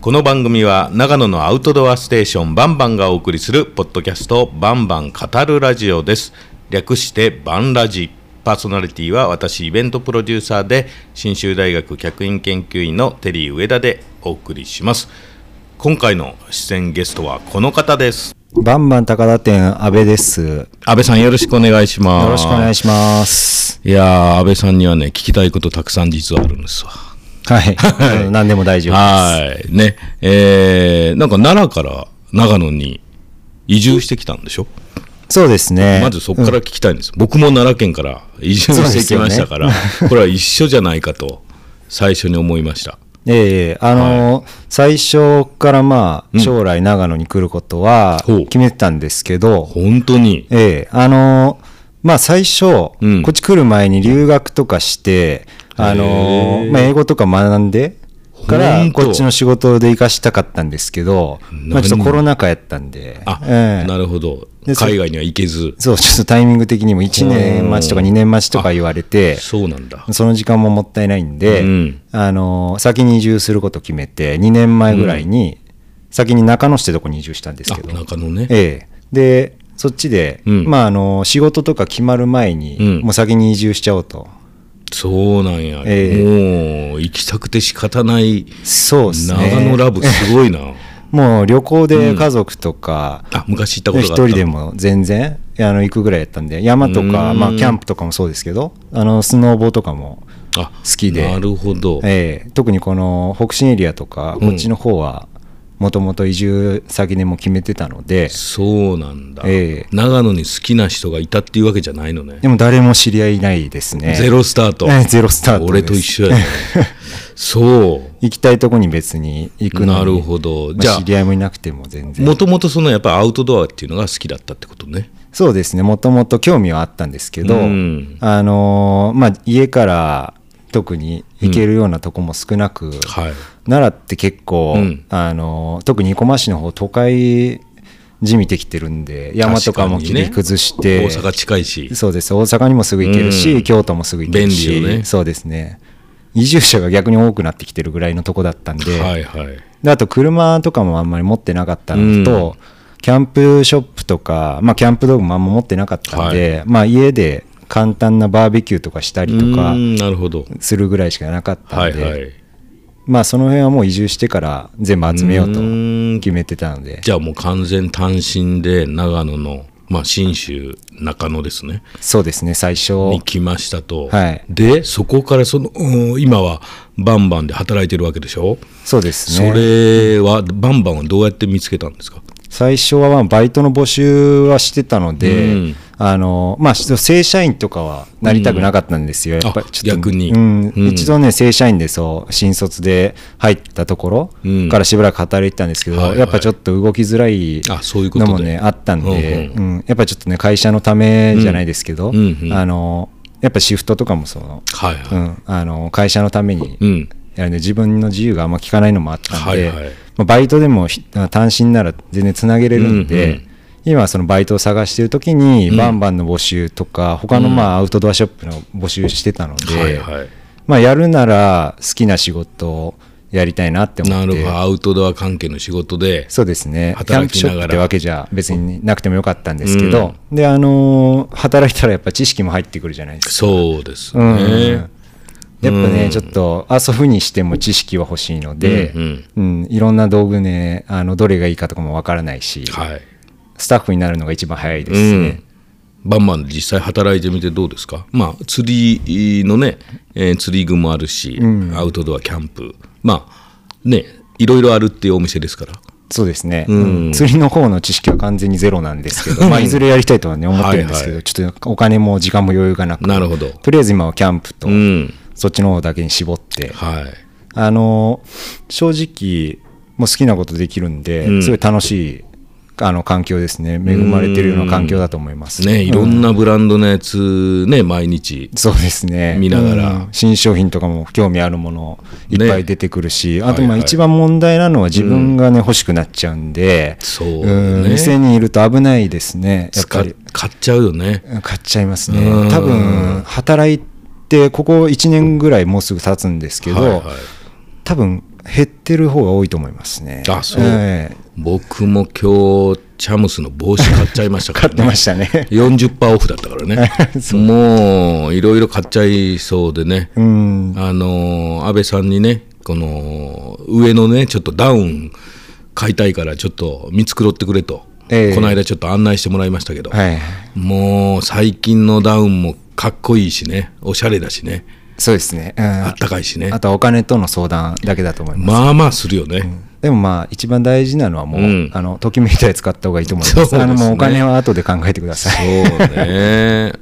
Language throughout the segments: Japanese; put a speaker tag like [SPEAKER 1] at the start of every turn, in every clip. [SPEAKER 1] この番組は長野のアウトドアステーションバンバンがお送りするポッドキャストバンバン語るラジオです略してバンラジパーソナリティは私イベントプロデューサーで信州大学客員研究員のテリー上田でお送りします今回の出演ゲストはこの方です
[SPEAKER 2] バンバン高田店安倍です。よ
[SPEAKER 1] 安倍さんよろしくお願いします
[SPEAKER 2] ろしくお願いします。
[SPEAKER 1] いやー安倍さんにはね聞きたいことたくさん実はあるんですわ
[SPEAKER 2] はい。あの何でも大丈夫で
[SPEAKER 1] はい。ね。えー、なんか奈良から長野に移住してきたんでしょ、
[SPEAKER 2] す。そうですね。
[SPEAKER 1] まずそこから聞きたいんです、僕も奈良県から移住
[SPEAKER 2] そう
[SPEAKER 1] し
[SPEAKER 2] で
[SPEAKER 1] て
[SPEAKER 2] す
[SPEAKER 1] き
[SPEAKER 2] よ
[SPEAKER 1] ま
[SPEAKER 2] ね
[SPEAKER 1] したから、これは一緒じゃないかと、最初に思いました。
[SPEAKER 2] ええあの、最初からまあ、将来長野に来ることは
[SPEAKER 1] ほう
[SPEAKER 2] 決めてたんですけど、
[SPEAKER 1] 本当に。
[SPEAKER 2] ええあの、まあ最初、
[SPEAKER 1] うん
[SPEAKER 2] こっち来る前に留学とかして、あの
[SPEAKER 1] へ、え
[SPEAKER 2] まあ英語とか学んで、か
[SPEAKER 1] ほ
[SPEAKER 2] ら
[SPEAKER 1] んと
[SPEAKER 2] こっちの仕事で活かしたかったんですけど、まあちょっとコロナ禍やったんで、
[SPEAKER 1] あ、
[SPEAKER 2] ええ
[SPEAKER 1] なるほど。
[SPEAKER 2] でそ
[SPEAKER 1] 海外には行けず。
[SPEAKER 2] そう、ちょっとタイミング的にも1年待ちとか2年待ちとか言われて、
[SPEAKER 1] そうなんだ。
[SPEAKER 2] その時間ももったいないんで、
[SPEAKER 1] うん
[SPEAKER 2] あの、先に移住すること決めて、2年前ぐらいに、先に中野市ってとこに移住したんです
[SPEAKER 1] あ
[SPEAKER 2] け、ど、
[SPEAKER 1] 中野ね。
[SPEAKER 2] ええ。で、そっちで、
[SPEAKER 1] うん
[SPEAKER 2] まあ、あの、仕事とか決まる前に、
[SPEAKER 1] うん
[SPEAKER 2] もう先に移住しちゃおうと。
[SPEAKER 1] そうなんや、
[SPEAKER 2] え
[SPEAKER 1] もう、行きたくて仕方ない。
[SPEAKER 2] そうですね。
[SPEAKER 1] 長野ラブ、す ごいな。
[SPEAKER 2] もう旅行で家族とか、
[SPEAKER 1] あ、昔行ったこと
[SPEAKER 2] 一
[SPEAKER 1] があった。
[SPEAKER 2] 人でも全然あの行くぐらいやったんで山とか、
[SPEAKER 1] うん
[SPEAKER 2] まあ、キャンプとかもそうですけどあのスノーボーとかも
[SPEAKER 1] あ
[SPEAKER 2] 好きで
[SPEAKER 1] なるほど。
[SPEAKER 2] ええ特にこの北信エリアとか
[SPEAKER 1] うん
[SPEAKER 2] こっちの方はもともと移住先でも決めてたので、
[SPEAKER 1] そうなんだ、
[SPEAKER 2] ええ
[SPEAKER 1] 長野に好きな人がいたっていうわけじゃないのね
[SPEAKER 2] でも誰も知り合いないですね
[SPEAKER 1] ゼロスタート、
[SPEAKER 2] ええゼロスタートです
[SPEAKER 1] 俺と一緒や ねそ
[SPEAKER 2] 行きたいとこに別に行くのに
[SPEAKER 1] なるほど
[SPEAKER 2] まあ
[SPEAKER 1] じゃあ
[SPEAKER 2] 知り合いもいなくても全
[SPEAKER 1] う
[SPEAKER 2] 然
[SPEAKER 1] もともとそのやっぱアウトドアっていうのが好きだったってことね
[SPEAKER 2] そうですねもともと興味はあったんですけど、
[SPEAKER 1] うん
[SPEAKER 2] あのーまあ、家から特に行けるようなとこも少なく、
[SPEAKER 1] はい
[SPEAKER 2] 奈良って結構、
[SPEAKER 1] うん
[SPEAKER 2] あの特に生駒市の方都会じみてきてるんで山とかも
[SPEAKER 1] 確
[SPEAKER 2] 切
[SPEAKER 1] にね
[SPEAKER 2] り崩して、
[SPEAKER 1] 大阪近いし
[SPEAKER 2] そうです大阪にもすぐ行けるし、
[SPEAKER 1] うん
[SPEAKER 2] 京都もすぐ行けるし
[SPEAKER 1] 便利よね
[SPEAKER 2] そうですね移住者が逆に多くなってきてるぐらいのとこだったんで,、
[SPEAKER 1] はいはい
[SPEAKER 2] であと車とかもあんまり持ってなかったのと、キャンプショップとか、まあ、キャンプ道具もあんま持ってなかったんで、まあ、家で簡単なバーベキューとかしたりと
[SPEAKER 1] う
[SPEAKER 2] か
[SPEAKER 1] んなるほど
[SPEAKER 2] するぐらいしかなかった
[SPEAKER 1] は
[SPEAKER 2] ん
[SPEAKER 1] い
[SPEAKER 2] で、
[SPEAKER 1] はい
[SPEAKER 2] まあその辺はもう移住してから全部集めようと
[SPEAKER 1] うーん
[SPEAKER 2] 決めてたので
[SPEAKER 1] じゃあもう完全単身で長野のまあ信州中野ですね
[SPEAKER 2] そうですね最初
[SPEAKER 1] に来ましたと、
[SPEAKER 2] はい
[SPEAKER 1] でそこからそのうん今はバンバンで働いてるわけでしょ
[SPEAKER 2] そうです
[SPEAKER 1] そ
[SPEAKER 2] ね
[SPEAKER 1] れはバンバンはどうやって見つけたんですか
[SPEAKER 2] 最初はまあバイトの募集はしてたので、
[SPEAKER 1] うん
[SPEAKER 2] あのまあ正社員とかはなりたくなかったんですよ、やっぱり
[SPEAKER 1] あ
[SPEAKER 2] ちょっと
[SPEAKER 1] 逆に
[SPEAKER 2] うん
[SPEAKER 1] うん
[SPEAKER 2] 一度ね正社員でそう新卒で入ったところ
[SPEAKER 1] うん
[SPEAKER 2] からしばらく働いてたんですけど、
[SPEAKER 1] はいはい
[SPEAKER 2] やっぱちょっと動きづらい
[SPEAKER 1] あそういうこと
[SPEAKER 2] の
[SPEAKER 1] で
[SPEAKER 2] もねあったんで、
[SPEAKER 1] うんう
[SPEAKER 2] うんやっぱちょっとね会社のためじゃないですけど、
[SPEAKER 1] うんうんうん
[SPEAKER 2] あのやっぱシフトとかもその
[SPEAKER 1] はいは
[SPEAKER 2] う
[SPEAKER 1] い、
[SPEAKER 2] ん、あの会社のために
[SPEAKER 1] うん
[SPEAKER 2] やるんで自分の自由があんま効かないのもあったんで、
[SPEAKER 1] はいはい
[SPEAKER 2] まあ、バイトでもひ単身なら全然つなげれるんで、
[SPEAKER 1] うんうん
[SPEAKER 2] 今はそのバイトを探してる時にバンバンの募集とか、他のまあアウトドアショップの募集してたので、
[SPEAKER 1] はいはい
[SPEAKER 2] まあ、やるなら好きな仕事をやりたいなって思
[SPEAKER 1] な
[SPEAKER 2] っ
[SPEAKER 1] るほ
[SPEAKER 2] て
[SPEAKER 1] どアウトドア関係の仕事で
[SPEAKER 2] そうですねキャン
[SPEAKER 1] 働
[SPEAKER 2] プ
[SPEAKER 1] き
[SPEAKER 2] シ
[SPEAKER 1] な
[SPEAKER 2] ョ
[SPEAKER 1] がら
[SPEAKER 2] ップってわけじゃ別になくてもよかったんですけど、であのー働いたらやっぱ知識も入ってくるじゃないですか。
[SPEAKER 1] そうです
[SPEAKER 2] うんうんうん
[SPEAKER 1] ね、
[SPEAKER 2] やっぱね、
[SPEAKER 1] うん
[SPEAKER 2] ちょっと遊ぶにしても知識は欲しいので、
[SPEAKER 1] う
[SPEAKER 2] うんんいろんな道具ねあのどれがいいかとかもわからないし、
[SPEAKER 1] はい、
[SPEAKER 2] スタッフになるのが一番早いで
[SPEAKER 1] う
[SPEAKER 2] す
[SPEAKER 1] ん
[SPEAKER 2] ね、、
[SPEAKER 1] バンバン実際働いてみてどうですかまあ釣りのね、えー釣り具もあるし、
[SPEAKER 2] うん
[SPEAKER 1] アウトドアキャンプまあねいろいろあるっていうお店ですから
[SPEAKER 2] そうですね、
[SPEAKER 1] うん
[SPEAKER 2] うん釣りの方の知識は完全にゼロなんですけど、まあ、いずれやりたいとはね思ってるんですけ
[SPEAKER 1] はい
[SPEAKER 2] ど
[SPEAKER 1] はい
[SPEAKER 2] ちょっとお金も時間も余裕がなく
[SPEAKER 1] なるほど
[SPEAKER 2] とりあえず今はキャンプと、
[SPEAKER 1] うん
[SPEAKER 2] そっちの方だけに絞って
[SPEAKER 1] はい
[SPEAKER 2] あの正直もう好きなことできるんで、
[SPEAKER 1] うん
[SPEAKER 2] すごい楽しいあの環境ですね恵まれてるような環境だと思います、
[SPEAKER 1] ねいろんなブランドのやつね毎日
[SPEAKER 2] そうですね
[SPEAKER 1] 見ながら
[SPEAKER 2] うん新商品とかも興味あるものいっぱい出てくるし、あと
[SPEAKER 1] はい
[SPEAKER 2] まあ
[SPEAKER 1] はい
[SPEAKER 2] 一番問題なのは自分がね、欲しくなっちゃうんで
[SPEAKER 1] そうね
[SPEAKER 2] ん店にいると危ないですねやっぱ
[SPEAKER 1] 使っ
[SPEAKER 2] り
[SPEAKER 1] 買っちゃうよね
[SPEAKER 2] 買っちゃいますね
[SPEAKER 1] うん
[SPEAKER 2] 多分働いてここ1年ぐらいもうすぐ経つんですけど、
[SPEAKER 1] はいはい
[SPEAKER 2] 多分減ってる方が多いと思いますね。
[SPEAKER 1] あそう
[SPEAKER 2] ええ
[SPEAKER 1] 僕も今日チャムスの帽子買っちゃいましたか
[SPEAKER 2] 買
[SPEAKER 1] ら
[SPEAKER 2] っ
[SPEAKER 1] ね
[SPEAKER 2] てましたね。
[SPEAKER 1] 40%オフだったからねもういろいろ買っちゃいそうでね、
[SPEAKER 2] うん。
[SPEAKER 1] あのー安倍さんにね、この上のね、ちょっとダウン買いたいから、ちょっと見繕ってくれと、
[SPEAKER 2] ええ
[SPEAKER 1] この間ちょっと案内してもらいましたけど、
[SPEAKER 2] はい。
[SPEAKER 1] もう最近のダウンもかっこいいしね、おしゃれだしね、
[SPEAKER 2] そうですね。うん
[SPEAKER 1] あったかいしね
[SPEAKER 2] あ、とはお金との相談だけだと思います。
[SPEAKER 1] まあまあするよね。
[SPEAKER 2] でもまあ一番大事なのはもう、
[SPEAKER 1] うん
[SPEAKER 2] あのときめいたら使った方がいいと思い
[SPEAKER 1] そう
[SPEAKER 2] ま
[SPEAKER 1] です
[SPEAKER 2] す。
[SPEAKER 1] ね
[SPEAKER 2] あのもうお金は後で考えてくださ
[SPEAKER 1] そう
[SPEAKER 2] い。
[SPEAKER 1] ね。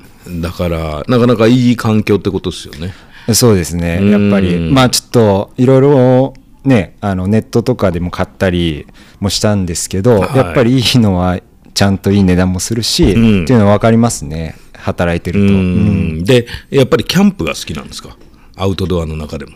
[SPEAKER 1] だから、なかなかいい環境ってことですよね。
[SPEAKER 2] そうですね、
[SPEAKER 1] うん
[SPEAKER 2] やっぱり、まあちょっといろいろね、あのネットとかでも買ったりもしたんですけど、
[SPEAKER 1] はい
[SPEAKER 2] やっぱりいいのはちゃんといい値段もするし、
[SPEAKER 1] うん
[SPEAKER 2] っていうのは分かりますね、働いて
[SPEAKER 1] う
[SPEAKER 2] ると。うん
[SPEAKER 1] ん。で、やっぱりキャンプが好きなんですかアウトドアの中でも。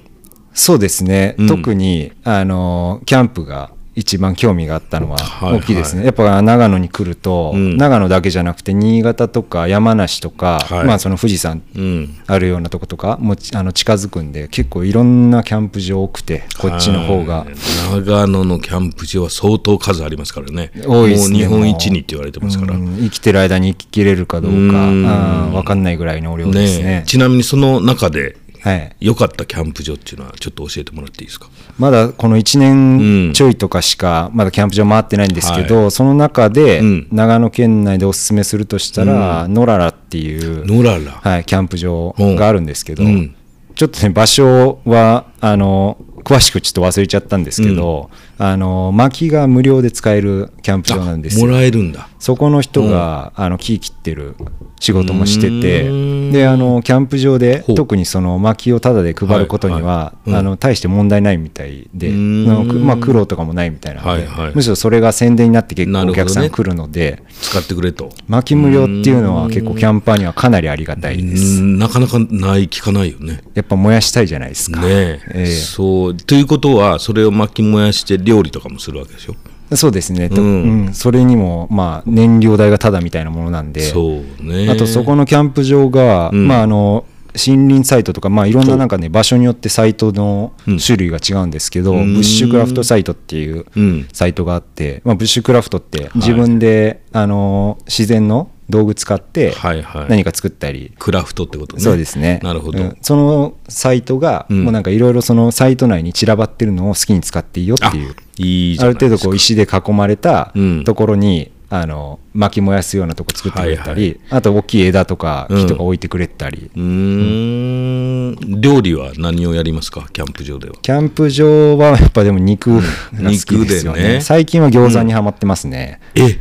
[SPEAKER 2] そうですね、
[SPEAKER 1] うん
[SPEAKER 2] 特にあのキャンプが一番興味があったのは
[SPEAKER 1] はい
[SPEAKER 2] 大きいですね、やっぱ長野に来ると、
[SPEAKER 1] うん
[SPEAKER 2] 長野だけじゃなくて、新潟とか山梨とか、
[SPEAKER 1] はい
[SPEAKER 2] まあ、その富士山
[SPEAKER 1] うん。
[SPEAKER 2] あるようなとことかもちあの近づくんで結構いろんなキャンプ場多くてこっちの方が
[SPEAKER 1] はい長野のキャンプ場は相当数ありますからね
[SPEAKER 2] 多いですね
[SPEAKER 1] もう日本
[SPEAKER 2] もう
[SPEAKER 1] 一にって言われてますから、
[SPEAKER 2] う
[SPEAKER 1] ね
[SPEAKER 2] ん生きてる間に生ききれるかどうか
[SPEAKER 1] うん
[SPEAKER 2] 分かんないぐらいの量です
[SPEAKER 1] え
[SPEAKER 2] ね
[SPEAKER 1] ちなみにその中で
[SPEAKER 2] はい、
[SPEAKER 1] 良かったキャンプ場っていうのはちょっと教えてもらっていいですか
[SPEAKER 2] まだこの1
[SPEAKER 1] うん
[SPEAKER 2] 年ちょいとかしかまだキャンプ場回ってないんですけど、その中で
[SPEAKER 1] うん
[SPEAKER 2] 長野県内でおすすめするとしたら、野良良っていう、
[SPEAKER 1] 野良ら
[SPEAKER 2] はい、キャンプ場があるんですけど、
[SPEAKER 1] うん
[SPEAKER 2] ちょっとね場所はあの詳しくちょっと忘れちゃったんですけど、あの薪が無料で使えるキャンプ場なんです
[SPEAKER 1] も
[SPEAKER 2] よ
[SPEAKER 1] らえるんだ
[SPEAKER 2] そこの人が、あの木切ってる仕事もして
[SPEAKER 1] うー
[SPEAKER 2] て
[SPEAKER 1] ん
[SPEAKER 2] であのキャンプ場で
[SPEAKER 1] ほう
[SPEAKER 2] 特にその薪をタダで配ることには、
[SPEAKER 1] はいはいうん
[SPEAKER 2] あの大して問題ないみたいで
[SPEAKER 1] うーん
[SPEAKER 2] のくまあ、苦労とかもないみたいなので、
[SPEAKER 1] はいはい
[SPEAKER 2] むしろそれが宣伝になって結
[SPEAKER 1] なるほ
[SPEAKER 2] 構お
[SPEAKER 1] どね
[SPEAKER 2] 客さん来るので、
[SPEAKER 1] 使ってくれと
[SPEAKER 2] 薪無料っていうのは結構キャンパーにはかなりありがたいです。
[SPEAKER 1] うんなかなかない聞かないよね
[SPEAKER 2] やっぱ燃やしたいじゃないですか。
[SPEAKER 1] ねえ、
[SPEAKER 2] え
[SPEAKER 1] そうということはそれを巻き燃やして料理とかもするわけでしょ
[SPEAKER 2] そうですね、と
[SPEAKER 1] うん
[SPEAKER 2] うんそれにも、まあ、燃料代がタダみたいなものなんで、
[SPEAKER 1] そうね
[SPEAKER 2] あとそこのキャンプ場が、
[SPEAKER 1] うん
[SPEAKER 2] まあ、あの森林サイトとか、まあ、いろんななんか、ね、場所によってサイトの
[SPEAKER 1] うん
[SPEAKER 2] 種類が違うんですけど、
[SPEAKER 1] うん
[SPEAKER 2] ブッシュクラフトサイトっていう
[SPEAKER 1] うん
[SPEAKER 2] サイトがあって、まあ、ブッシュクラフトって自分で、あの自然の道具使って
[SPEAKER 1] はいはい
[SPEAKER 2] 何か作ったり。
[SPEAKER 1] クラフトってことね
[SPEAKER 2] そうですね
[SPEAKER 1] なるほど、
[SPEAKER 2] うんそのサイトが、
[SPEAKER 1] うん
[SPEAKER 2] もうなんかいろいろそのサイト内に散らばってるのを好きに使っていいよっていう
[SPEAKER 1] あいいじ
[SPEAKER 2] あ
[SPEAKER 1] ゃな
[SPEAKER 2] る
[SPEAKER 1] いですか
[SPEAKER 2] 程度こう石で囲まれた
[SPEAKER 1] うん
[SPEAKER 2] ところに、あの薪燃やすようなとこ作ってくれたり、
[SPEAKER 1] はい
[SPEAKER 2] あと大きい枝とか
[SPEAKER 1] うん
[SPEAKER 2] 木とか置いてくれたり、
[SPEAKER 1] うーん料理は何をやりますかキャンプ場では
[SPEAKER 2] キャンプ場はやっぱでも肉が好きですよ
[SPEAKER 1] 肉で
[SPEAKER 2] ね
[SPEAKER 1] ね
[SPEAKER 2] 最近は餃子にはまってますね、
[SPEAKER 1] え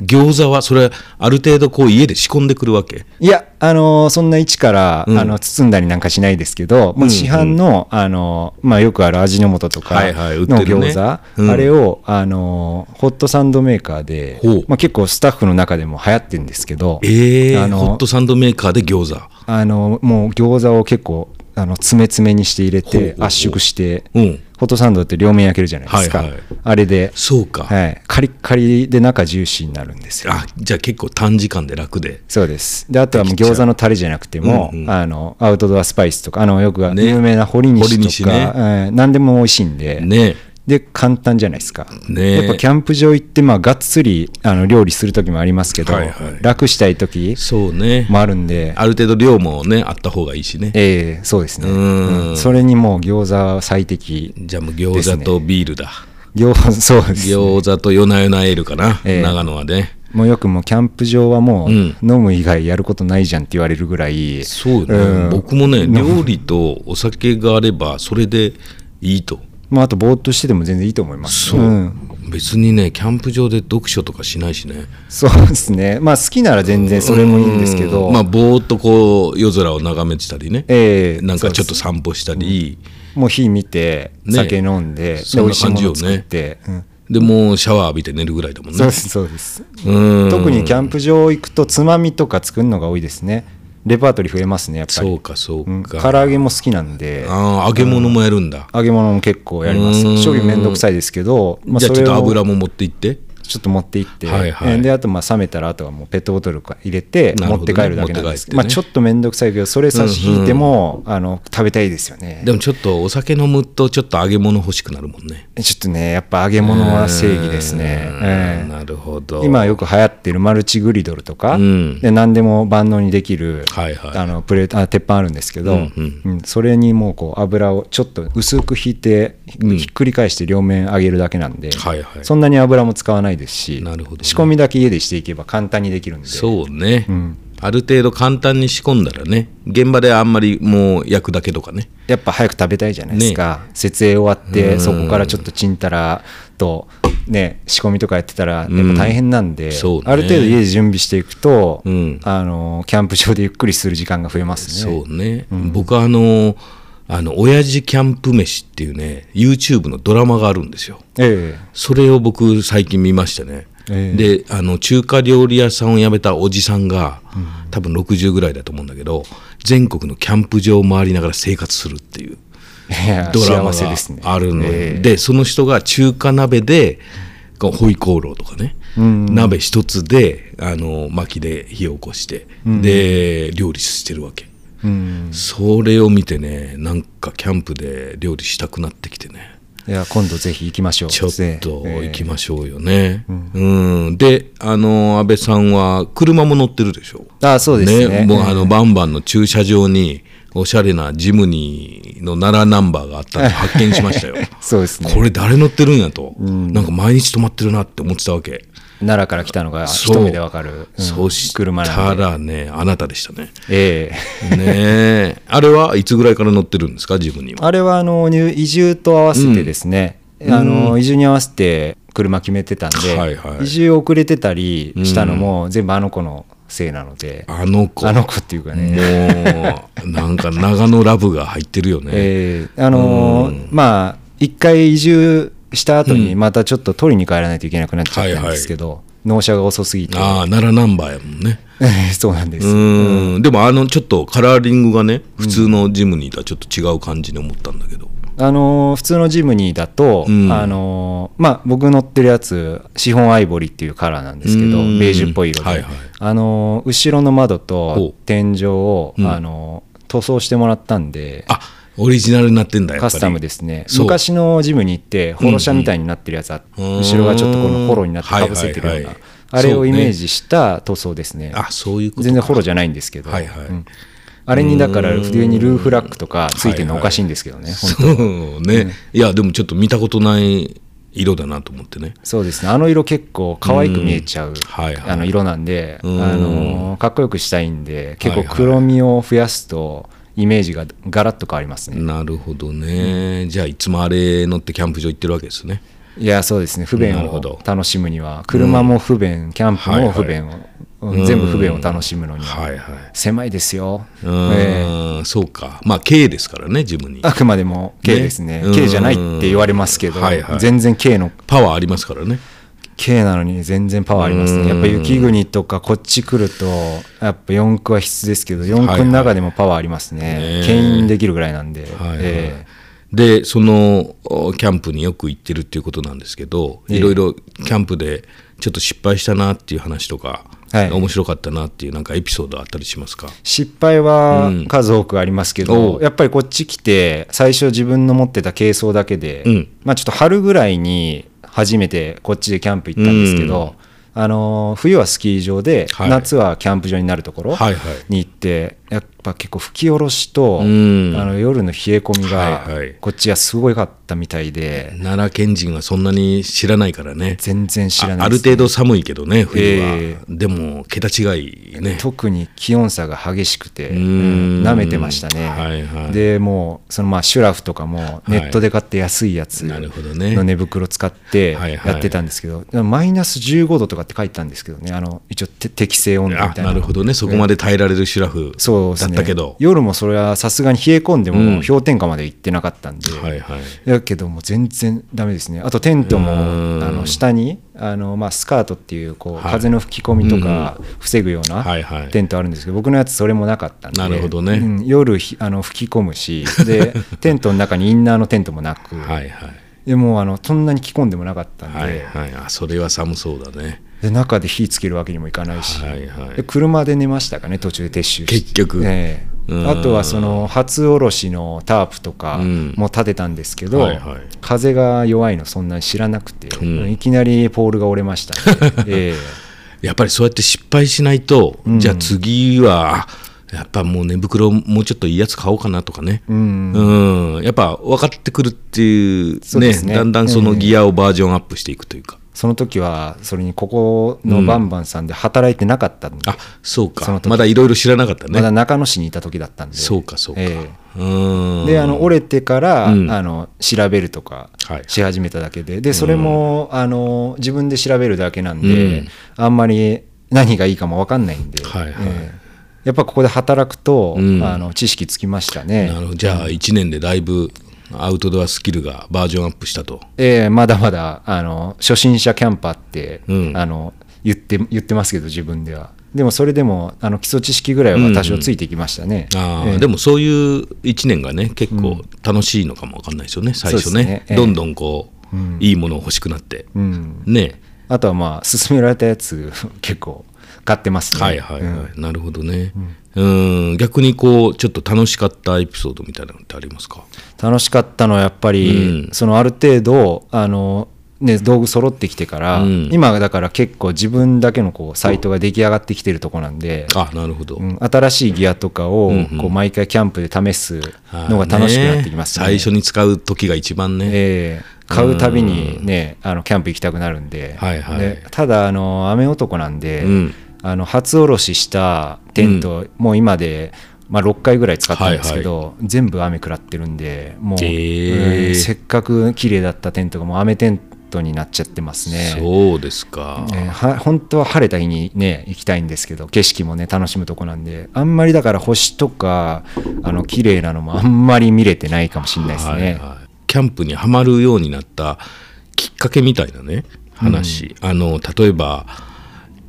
[SPEAKER 1] 餃子はそれある程度こう家で仕込んでくるわけ
[SPEAKER 2] いやあのそんな位置から、
[SPEAKER 1] うん
[SPEAKER 2] あの包んだりなんかしないですけど、もう市販の,、あのまあ、よくある味の素とか
[SPEAKER 1] はいはい売って
[SPEAKER 2] の
[SPEAKER 1] るね
[SPEAKER 2] 餃子、
[SPEAKER 1] うん
[SPEAKER 2] あれをあのホットサンドメーカーで
[SPEAKER 1] ほう、
[SPEAKER 2] まあ、結構スタッフの中でも流行ってるんですけど
[SPEAKER 1] ええ
[SPEAKER 2] あの
[SPEAKER 1] ホットサンドメーカーで餃子
[SPEAKER 2] あのもう餃子を結構あの詰め詰めにして入れ
[SPEAKER 1] ほうほう
[SPEAKER 2] て
[SPEAKER 1] ほう
[SPEAKER 2] 圧縮して、
[SPEAKER 1] うん
[SPEAKER 2] ホットサンドって両面焼けるじゃないですか、
[SPEAKER 1] はいはい
[SPEAKER 2] あれで、
[SPEAKER 1] そうか、
[SPEAKER 2] はい、カリッカリで中ジューシーになるんですよ
[SPEAKER 1] あじゃあ結構短時間で楽で
[SPEAKER 2] そうですであとはもう餃子のタレじゃなくても、
[SPEAKER 1] うんうん
[SPEAKER 2] あのアウトドアスパイスとかあのよく
[SPEAKER 1] ね
[SPEAKER 2] 有名な堀
[SPEAKER 1] 堀西
[SPEAKER 2] 西とか、
[SPEAKER 1] ね
[SPEAKER 2] えー何でも美味しいんで、
[SPEAKER 1] ね
[SPEAKER 2] で簡単じゃないですか、
[SPEAKER 1] ね
[SPEAKER 2] やっぱキャンプ場行って、まあ、がっつりあの料理する時もありますけど、
[SPEAKER 1] はいはい
[SPEAKER 2] 楽したい時
[SPEAKER 1] そうね、
[SPEAKER 2] もあるんで
[SPEAKER 1] ある程度量もねあった方がいいしね
[SPEAKER 2] ええそうですね、
[SPEAKER 1] うん
[SPEAKER 2] うんそれにもう餃子は最適
[SPEAKER 1] じゃあもう餃子とビールだ、
[SPEAKER 2] 餃子 そうです、ね、
[SPEAKER 1] 餃子と夜な夜なエールかな、
[SPEAKER 2] ええ
[SPEAKER 1] 長野はね
[SPEAKER 2] もうよくもうキャンプ場はもう、
[SPEAKER 1] うん
[SPEAKER 2] 飲む以外やることないじゃんって言われるぐらい
[SPEAKER 1] そうよね、
[SPEAKER 2] うん
[SPEAKER 1] 僕もね
[SPEAKER 2] 飲む
[SPEAKER 1] 料理とお酒があればそれでいいと
[SPEAKER 2] まあ、あとぼーっとしてても全然いいと思います
[SPEAKER 1] そう、
[SPEAKER 2] ん
[SPEAKER 1] 別にねキャンプ場で読書とかしないしね
[SPEAKER 2] そうですねまあ好きなら全然それもいいんですけど、
[SPEAKER 1] うんまあぼーっとこう夜空を眺めてたりね、
[SPEAKER 2] ええ
[SPEAKER 1] なんかちょっと
[SPEAKER 2] そうで
[SPEAKER 1] 散歩したり
[SPEAKER 2] すもう火見て
[SPEAKER 1] ね
[SPEAKER 2] 酒飲んで、で
[SPEAKER 1] そん
[SPEAKER 2] 美
[SPEAKER 1] な
[SPEAKER 2] 味しい
[SPEAKER 1] 感
[SPEAKER 2] も
[SPEAKER 1] じよ
[SPEAKER 2] の
[SPEAKER 1] ね
[SPEAKER 2] 作って、うん
[SPEAKER 1] でもうシャワー浴びて寝るぐらいだもんね
[SPEAKER 2] そうですそうです、
[SPEAKER 1] うん
[SPEAKER 2] 特にキャンプ場行くとつまみとか作るのが多いですねレパートリー増えますねやっぱり
[SPEAKER 1] そうかそうか、
[SPEAKER 2] うん唐揚げも好きなんで
[SPEAKER 1] ああ揚げ物もやるんだ、
[SPEAKER 2] 揚げ物も結構やりま
[SPEAKER 1] う
[SPEAKER 2] す
[SPEAKER 1] ん
[SPEAKER 2] 処理めんどくさいですけど、ま
[SPEAKER 1] じゃあちょっと
[SPEAKER 2] を
[SPEAKER 1] 油も持って行って
[SPEAKER 2] ちょっと持って行って、
[SPEAKER 1] はいはい
[SPEAKER 2] えーであとまあ冷めたらあとはもうペットボトルか入れて
[SPEAKER 1] なる
[SPEAKER 2] 持
[SPEAKER 1] ほどね
[SPEAKER 2] って帰るだけなんですけど、
[SPEAKER 1] 持っ
[SPEAKER 2] ま
[SPEAKER 1] て
[SPEAKER 2] あ、
[SPEAKER 1] 帰ってね
[SPEAKER 2] ちょっと面倒くさいけどそれ差し引いても、あの食べたいですよね
[SPEAKER 1] でもちょっとお酒飲むとちょっと揚げ物欲しくなるもんね
[SPEAKER 2] ちょっとねやっぱ揚げ物は正義ですね
[SPEAKER 1] う、ん
[SPEAKER 2] ええ
[SPEAKER 1] なるほど
[SPEAKER 2] 今よく流行ってるマルチグリドルとか、
[SPEAKER 1] うん
[SPEAKER 2] で何でも万能にできる、
[SPEAKER 1] はいはい
[SPEAKER 2] あのプレートあ鉄板あるんですけど、
[SPEAKER 1] うんうん
[SPEAKER 2] うんそれにもうこう油をちょっと薄く引いて、
[SPEAKER 1] うん
[SPEAKER 2] ひっくり返して両面揚げるだけなんで、
[SPEAKER 1] はいはい
[SPEAKER 2] そんなに油も使わないですし
[SPEAKER 1] なるほどね
[SPEAKER 2] 仕込みだけ家でしていけば簡単にできるんで
[SPEAKER 1] そうね、
[SPEAKER 2] うん
[SPEAKER 1] ある程度簡単に仕込んだらね現場であんまりもう焼くだけとかね
[SPEAKER 2] やっぱ早く食べたいじゃないですか、設営終わって、
[SPEAKER 1] うん
[SPEAKER 2] そこからちょっとちんたらと、ね、仕込みとかやってたらやっぱ大変なんで、
[SPEAKER 1] うんそうね
[SPEAKER 2] ある程度家で準備していくと、
[SPEAKER 1] うん
[SPEAKER 2] あのキャンプ場でゆっくりする時間が増えますね
[SPEAKER 1] そうね、僕はあのあの親父キャンプ飯っていうね YouTube のドラマがあるんですよ
[SPEAKER 2] え
[SPEAKER 1] それを僕最近見ましたね、
[SPEAKER 2] え
[SPEAKER 1] であの中華料理屋さんを辞めたおじさんが、多分60ぐらいだと思うんだけど全国のキャンプ場を回りながら生活するっていう
[SPEAKER 2] えいや
[SPEAKER 1] ドラマ
[SPEAKER 2] 幸せ
[SPEAKER 1] が
[SPEAKER 2] ですね
[SPEAKER 1] あるので,、
[SPEAKER 2] ええ
[SPEAKER 1] その人が中華鍋でこうホイコーローとかね、
[SPEAKER 2] うん
[SPEAKER 1] 鍋一つであの薪で火を起こして、で料理してるわけ
[SPEAKER 2] うん
[SPEAKER 1] それを見てねなんかキャンプで料理したくなってきてね
[SPEAKER 2] いや今度ぜひ行きましょう
[SPEAKER 1] ちょっ
[SPEAKER 2] ね
[SPEAKER 1] と
[SPEAKER 2] ええ
[SPEAKER 1] 行きましょうよね。うん、で、あの安倍さんは車も乗ってるでしょ。
[SPEAKER 2] あそうですね
[SPEAKER 1] もうあのバンバンの駐車場におしゃれなジムニーの奈良ナンバーがあったのを発見しましたよ。
[SPEAKER 2] そうですね
[SPEAKER 1] これ誰乗ってるんやと、なんか毎日止まってるなって思ってたわけ。
[SPEAKER 2] 奈良から来たのが
[SPEAKER 1] そう
[SPEAKER 2] 一目でわかる、うん
[SPEAKER 1] そうし
[SPEAKER 2] 車
[SPEAKER 1] た
[SPEAKER 2] なんで
[SPEAKER 1] らね、あなたでしたね。
[SPEAKER 2] ええ
[SPEAKER 1] ねえ、あれはいつぐらいから乗ってるんですか、ジムニーは。
[SPEAKER 2] あれはあの入移住と合わせてですね、あの移住に合わせて車決めてたんで、
[SPEAKER 1] はいはい
[SPEAKER 2] 移住遅れてたりしたのも全部あの子のせいなので、
[SPEAKER 1] あの子。
[SPEAKER 2] あの子っていうかね、
[SPEAKER 1] もう、なんか長野ラブが入ってるよね。
[SPEAKER 2] えーあのーまあ一回移住した後にまたちょっと取りに帰らないといけなくなっちゃったんですけど、納車が遅すぎて
[SPEAKER 1] ああ、奈良ナンバーやもんね。
[SPEAKER 2] そうなんです、
[SPEAKER 1] うん、でもあのちょっとカラーリングがね、普通のジムニーとはちょっと違う感じに思ったんだけど。
[SPEAKER 2] あのー普通のジムニーだと、
[SPEAKER 1] うん
[SPEAKER 2] あのーまあ、僕乗ってるやつシフォンアイボリーっていうカラーなんですけど
[SPEAKER 1] うん
[SPEAKER 2] ベージュっぽい色で、
[SPEAKER 1] はいはい
[SPEAKER 2] あのー後ろの窓
[SPEAKER 1] ほう
[SPEAKER 2] と天井を、
[SPEAKER 1] うん
[SPEAKER 2] あのー塗装してもらったんで
[SPEAKER 1] あオリジナルになってんだやっぱ
[SPEAKER 2] カ
[SPEAKER 1] り
[SPEAKER 2] スタムですね
[SPEAKER 1] そう
[SPEAKER 2] 昔のジムニーってホロ車みたいになってるやつあって、
[SPEAKER 1] うんうん
[SPEAKER 2] 後ろがちょっとこのホロになって
[SPEAKER 1] はいは
[SPEAKER 2] か
[SPEAKER 1] いは
[SPEAKER 2] ぶ
[SPEAKER 1] い
[SPEAKER 2] せてるような、
[SPEAKER 1] そうね
[SPEAKER 2] あれをイメージした塗装ですね
[SPEAKER 1] あそういうこと
[SPEAKER 2] 全然ホロじ
[SPEAKER 1] ゃ
[SPEAKER 2] ゃないんですけど、
[SPEAKER 1] はいはい
[SPEAKER 2] うんあれにだから普通にルーフラックとかついてるのおかしいんですけどね、本当
[SPEAKER 1] そうね、いやでもちょっと見たことない色だなと思ってね
[SPEAKER 2] そうですねあの色結構可愛く見えちゃう、
[SPEAKER 1] はいはい
[SPEAKER 2] あの色なんで、
[SPEAKER 1] うん
[SPEAKER 2] あのかっこよくしたいんで結
[SPEAKER 1] は
[SPEAKER 2] 構
[SPEAKER 1] いはい
[SPEAKER 2] 黒みを増やすとイメージがガラッと変わりますね、
[SPEAKER 1] なるほどね、じゃあいつもあれ乗ってキャンプ場行ってるわけですね
[SPEAKER 2] いやそうですね不便
[SPEAKER 1] なるほど
[SPEAKER 2] を楽しむには車も不便、キャンプも不便を、
[SPEAKER 1] い
[SPEAKER 2] うん全部不便を楽しむのには、
[SPEAKER 1] はいはい
[SPEAKER 2] 狭いですよ、
[SPEAKER 1] う
[SPEAKER 2] ええ
[SPEAKER 1] ん、そうかまあ K ですからねジム ニー
[SPEAKER 2] あくまでも K ですね
[SPEAKER 1] ね
[SPEAKER 2] K じゃないって言われますけど、
[SPEAKER 1] うんはいはい
[SPEAKER 2] 全然 K の
[SPEAKER 1] パワーありますからね
[SPEAKER 2] K なのに全然パワーあります
[SPEAKER 1] うん
[SPEAKER 2] ね。やっぱ雪国とかこっち来ると、やっぱ4区は必須ですけど、4区の中でもパワーあります
[SPEAKER 1] はいはい
[SPEAKER 2] ね
[SPEAKER 1] ね。
[SPEAKER 2] 牽引できるぐらいなんで。
[SPEAKER 1] はいはい
[SPEAKER 2] え
[SPEAKER 1] でそのおキャンプによく行ってるっていうことなんですけど、
[SPEAKER 2] ええ
[SPEAKER 1] いろいろキャンプでちょっと失敗したなっていう話とか、
[SPEAKER 2] はい
[SPEAKER 1] 面白かったなっていうなんかエピソードあったりしますか
[SPEAKER 2] え失敗は数多くありますけど、
[SPEAKER 1] おう
[SPEAKER 2] やっぱりこっち来て、最初自分の持ってた軽装だけで、
[SPEAKER 1] うん
[SPEAKER 2] まあちょっと春ぐらいに初めてこっちでキャンプ行ったんですけど、あのー冬はスキー場で、
[SPEAKER 1] はい
[SPEAKER 2] 夏はキャンプ場になるところ
[SPEAKER 1] はいはい
[SPEAKER 2] に行って、やっぱ結構吹き下ろしと、
[SPEAKER 1] うん
[SPEAKER 2] あの夜の冷え込みが
[SPEAKER 1] はいはい
[SPEAKER 2] こっちはすごいかったみたいで
[SPEAKER 1] 奈良県人はそんなに知らないからね
[SPEAKER 2] 全然知らない
[SPEAKER 1] あある
[SPEAKER 2] ですね
[SPEAKER 1] 程度寒いけどね冬は、
[SPEAKER 2] え
[SPEAKER 1] でも桁違いね
[SPEAKER 2] 特に気温差が激しくて
[SPEAKER 1] ーん
[SPEAKER 2] なめてましたね、
[SPEAKER 1] はいはい
[SPEAKER 2] でもうそのまあシュラフとかもネットで買って安いやつ
[SPEAKER 1] なるほどね
[SPEAKER 2] の寝袋使って
[SPEAKER 1] はいはい
[SPEAKER 2] やってたんですけど、でもマイナス15度とかって書いてたんですけどねあの一応て適正温度み
[SPEAKER 1] あ
[SPEAKER 2] たいな
[SPEAKER 1] なるほどねそこまで耐えられるシュラフ
[SPEAKER 2] そうです
[SPEAKER 1] だっ
[SPEAKER 2] ね
[SPEAKER 1] たけど、
[SPEAKER 2] 夜もそれはさすがに冷え込んで
[SPEAKER 1] うん
[SPEAKER 2] も氷点下まで行ってなかったんで、
[SPEAKER 1] はいはい
[SPEAKER 2] だけどもう全然ダメですねあとテントも
[SPEAKER 1] うーん
[SPEAKER 2] あの下にあの、まあ、スカートっていうこう、
[SPEAKER 1] はい
[SPEAKER 2] 風の吹き込みとか防ぐような
[SPEAKER 1] はいはい
[SPEAKER 2] テントあるんですけど、僕のやつそれもなかったんで
[SPEAKER 1] なるほどね
[SPEAKER 2] うん夜ひあの吹き込むしでテントの中にインナーのテントもなく、
[SPEAKER 1] はいはい
[SPEAKER 2] でもうあのそんなに着込んでもなかったんで,、
[SPEAKER 1] はいはいあそれは寒そうだね
[SPEAKER 2] で中で火つけるわけにもいかないし、
[SPEAKER 1] はいはい
[SPEAKER 2] で車で寝ましたかね途中で撤収して
[SPEAKER 1] 結局
[SPEAKER 2] ええ
[SPEAKER 1] うん
[SPEAKER 2] あとはその初おろしのタープとか
[SPEAKER 1] うん
[SPEAKER 2] も立てたんですけど、
[SPEAKER 1] はいはい
[SPEAKER 2] 風が弱いのそんなに知らなくて、
[SPEAKER 1] うん
[SPEAKER 2] いきなりポールが折れましたね、 ええ
[SPEAKER 1] やっぱりそうやって失敗しないと、
[SPEAKER 2] うん
[SPEAKER 1] じゃあ次はやっぱもう寝袋もうちょっといいやつ買おうかなとかね、
[SPEAKER 2] うん
[SPEAKER 1] うん、やっぱ分かってくるっていう
[SPEAKER 2] そう
[SPEAKER 1] ね
[SPEAKER 2] ですね
[SPEAKER 1] だんだんそのギアをバージョンアップしていくというか、
[SPEAKER 2] その時はそれにここのバンバンさんで働いてなかったんで、
[SPEAKER 1] あそう
[SPEAKER 2] そ
[SPEAKER 1] か
[SPEAKER 2] の時
[SPEAKER 1] まだいろいろ知らなかったね、
[SPEAKER 2] まだ中野市にいた時だったんで
[SPEAKER 1] そうかそうか、
[SPEAKER 2] え
[SPEAKER 1] うん
[SPEAKER 2] えであの折れてから、
[SPEAKER 1] うん
[SPEAKER 2] あの調べるとか
[SPEAKER 1] はい
[SPEAKER 2] し始めただけででそれも、あの自分で調べるだけなんで、
[SPEAKER 1] うん
[SPEAKER 2] あんまり何がいいかも分かんないんで、
[SPEAKER 1] はいはい
[SPEAKER 2] ええやっぱここで働くと、
[SPEAKER 1] うん
[SPEAKER 2] あの知識つきましたね
[SPEAKER 1] なるほどじゃあ1年でだいぶアウトドアスキルがバージョンアップしたと
[SPEAKER 2] ええまだまだあの初心者キャンパーって、
[SPEAKER 1] うん
[SPEAKER 2] あの言って言ってますけど自分ではでもそれでもあの基礎知識ぐらいは多少ついてきましたね、
[SPEAKER 1] あー
[SPEAKER 2] ええ
[SPEAKER 1] でもそういう1年がね結構楽しいのかもわかんないですよね最初
[SPEAKER 2] そうです
[SPEAKER 1] ね
[SPEAKER 2] ねええ
[SPEAKER 1] どんどんこう、
[SPEAKER 2] うん
[SPEAKER 1] いいものを欲しくなって、
[SPEAKER 2] うん、
[SPEAKER 1] ね
[SPEAKER 2] あとはまあ勧められたやつ 結構買ってますね
[SPEAKER 1] はいはいはい、
[SPEAKER 2] うん
[SPEAKER 1] なるほどねうん逆にこうちょっと楽しかったエピソードみたいなのってありますか
[SPEAKER 2] 楽しかったのはやっぱり、
[SPEAKER 1] うん
[SPEAKER 2] そのある程度あの、ね、道具揃ってきてから、
[SPEAKER 1] うん
[SPEAKER 2] 今だから結構自分だけのこうサイトが出来上がってきてるとこなんで、
[SPEAKER 1] あなるほど、
[SPEAKER 2] うん新しいギアとかを
[SPEAKER 1] うんうん
[SPEAKER 2] こう毎回キャンプで試す
[SPEAKER 1] あー
[SPEAKER 2] のが楽しくなってきますね。
[SPEAKER 1] ね最初に使う時が一番ね、
[SPEAKER 2] ええ買うたびにね、あのキャンプ行きたくなるんで、
[SPEAKER 1] はいはい
[SPEAKER 2] でただあの雨男なんで、
[SPEAKER 1] うん
[SPEAKER 2] あの初おろししたテント、もう今で、まあ、6回ぐらい使ったんですけど、全部雨食らってるんでもう、
[SPEAKER 1] へえ
[SPEAKER 2] うんせっかく綺麗だったテントがもう雨テントになっちゃってますね。
[SPEAKER 1] そうですか、
[SPEAKER 2] ねは本当は晴れた日にね行きたいんですけど景色もね楽しむとこなんであんまりだから星とかあの綺麗なのもあんまり見れてないかもしれないですね。
[SPEAKER 1] はいはい、キャンプにはまるようになったきっかけみたいなね話、あの例えば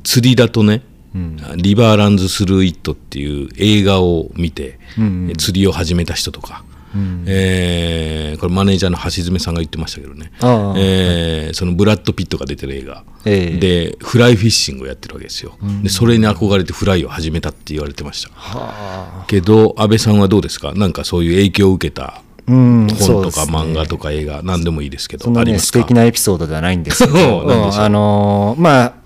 [SPEAKER 1] 釣りだとね「リバーランズ・スルー・イット」っていう映画を見て、
[SPEAKER 2] うんうん
[SPEAKER 1] 釣りを始めた人とか、
[SPEAKER 2] うん
[SPEAKER 1] えーこれマネージャーの橋爪さんが言ってましたけどね、
[SPEAKER 2] ああ
[SPEAKER 1] えーそのブラッド・ピットが出てる映画、
[SPEAKER 2] ええ
[SPEAKER 1] でフライフィッシングをやってるわけですよ、でそれに憧れてフライを始めたって言われてました
[SPEAKER 2] はあ、
[SPEAKER 1] けど安倍さんはどうですかなんかそういう影響を受けた
[SPEAKER 2] うん、
[SPEAKER 1] 本とか
[SPEAKER 2] そうですね
[SPEAKER 1] 漫画とか映画、何でもいいですけ
[SPEAKER 2] そ
[SPEAKER 1] ど
[SPEAKER 2] ん、な
[SPEAKER 1] あり
[SPEAKER 2] ね
[SPEAKER 1] ま
[SPEAKER 2] 素
[SPEAKER 1] すか
[SPEAKER 2] 敵なエピソードではないんです け
[SPEAKER 1] そ
[SPEAKER 2] ど、
[SPEAKER 1] うなんでしょう
[SPEAKER 2] あのーまあ